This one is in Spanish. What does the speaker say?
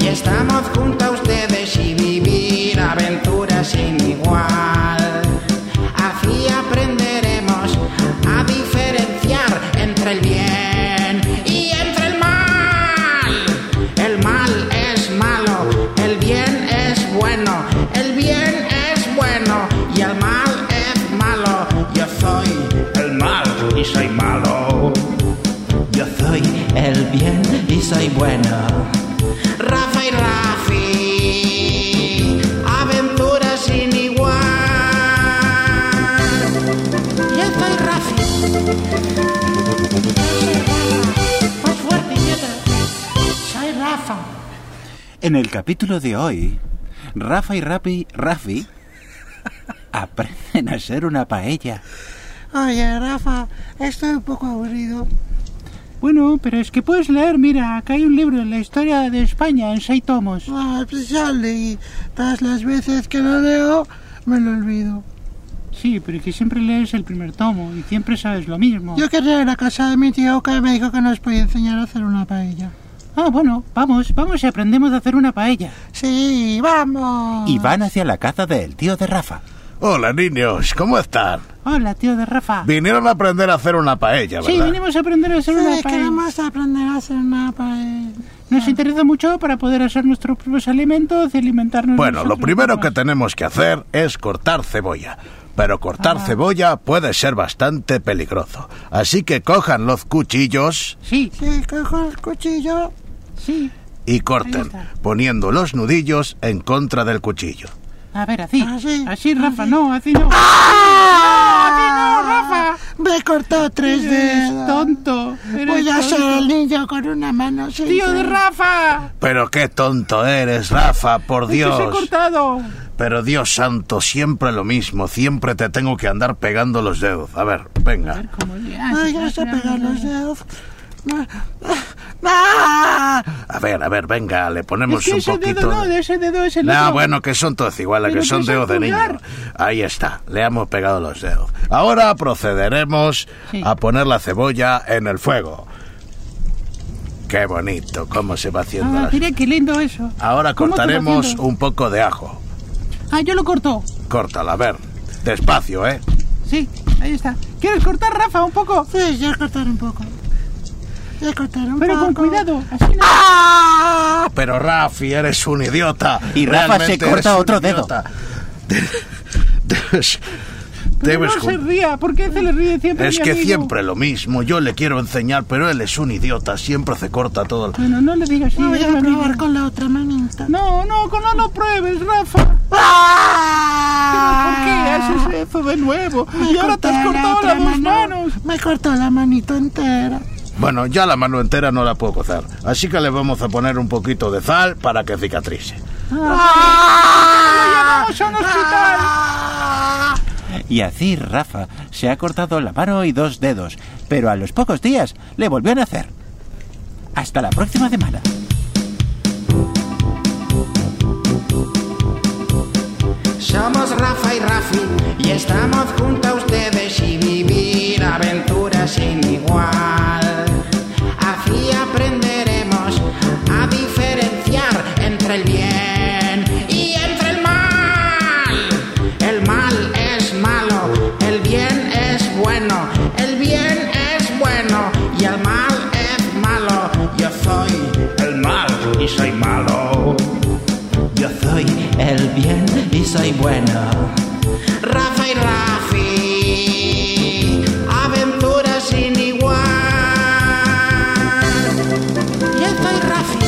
Estamos junto a ustedes y vivir aventuras sin igual. Así aprenderemos a diferenciar entre el bien y entre el mal. El mal es malo, el bien es bueno, el bien es bueno y el mal es malo. Yo soy el mal y soy malo. Yo soy el bien y soy bueno. Rafa y Rafi, aventuras sin igual. Yo soy Rafi. Más fuerte, idiota. Soy Rafa. En el capítulo de hoy, Rafa y Rapi, Rafi aprenden a hacer una paella. Oye, Rafa, estoy un poco aburrido. Bueno, pero es que puedes leer, mira, acá hay un libro en la historia de España en seis tomos. Ah, pues ya leí. Todas las veces que lo leo, me lo olvido. Sí, pero que siempre lees el primer tomo y siempre sabes lo mismo. Yo quería ir a la casa de mi tío que me dijo que nos podía enseñar a hacer una paella. Ah, bueno, vamos, vamos y aprendemos a hacer una paella. Sí, vamos. Y van hacia la casa del tío de Rafa. Hola niños, ¿cómo están? Hola, tío de Rafa. Vinieron a aprender a hacer una paella, sí, ¿verdad? venimos a aprender a hacer una Sí, paella. queremos aprender a hacer una paella. Nos interesa mucho para poder hacer nuestros propios alimentos y alimentarnos. bueno, lo nosotros primero que mismos. tenemos que hacer es cortar cebolla. Pero cortar Ah. cebolla puede ser bastante peligroso. Así que cojan los cuchillos Sí, Sí, cojo el cuchillo. sí. y Ahí corten, está. poniendo los nudillos en contra del cuchillo. A ver, así. Así, Así, Rafa, así. no, así no. ¡Ah! ¡Ah! Me cortó tres Eres dedos. tonto. eres Voy a ser tonto. el niño con una mano. sin Tío de dedos. Rafa. Pero qué tonto eres, Rafa, por Te los he Dios. cortado. Pero Dios santo, siempre lo mismo, siempre te tengo que andar pegando los dedos. A ver, venga. Ay, ya se pegan los dedos. ¡Ah! A ver, a ver, venga, le ponemos Es que un ese poquito. dedo no, de ese dedo es el No, otro. bueno, que son todos iguales, Pero que que son es el dedos de niño. pulgar. Ahí está, le hemos pegado los dedos. Ahora procederemos Sí. a poner la cebolla en el fuego. Qué bonito, cómo se va haciendo. Ah, la- mira qué lindo eso. Ahora ¿Cómo te lo cortaremos haciendo? un poco de ajo. Ah, yo lo corto. Córtala, a ver. Despacio, ¿eh? Sí, ahí está. ¿Quieres cortar, Rafa, un poco? Sí, ya cortar un poco. Ya cortar un Pero poco. con cuidado. Así no. ¡Ah! Pero Rafi, eres un idiota. Y Rafa se Realmente corta eres un otro dedo. idiota. De- Debes. Pero debes no con- se ría. ¿Por qué se le ríe siempre? Es mi que amigo? siempre lo mismo, yo le quiero enseñar, pero él es un idiota, siempre se corta todo. el- Bueno, no le digas así. Voy es a mi amigo. probar con la otra manita. No, no, con- no lo pruebes, Rafa. ¿Pero ¡Ah! por qué haces eso de nuevo? Me Y ahora te has cortó la cortado otra las dos mano. manos. Me cortó la manito entera. Bueno, ya la mano entera no la puedo cocer, así que le vamos a poner un poquito de sal para que cicatrice. ¡Lo llamamos a un hospital! Y así Rafa se ha cortado la mano y dos dedos, pero a los pocos días le volvió a nacer. Hasta la próxima semana. Somos Rafa y Rafi y estamos junto a ustedes y vivir aventuras sin igual. Así aprenderemos a diferenciar entre el bien y entre el mal. El mal es malo, el bien es bueno, el bien es bueno y el mal es malo. Yo soy el mal y soy malo. Yo soy el bien y soy bueno. Rafa y Rafi, aventuras sin igual. Yo soy Rafi.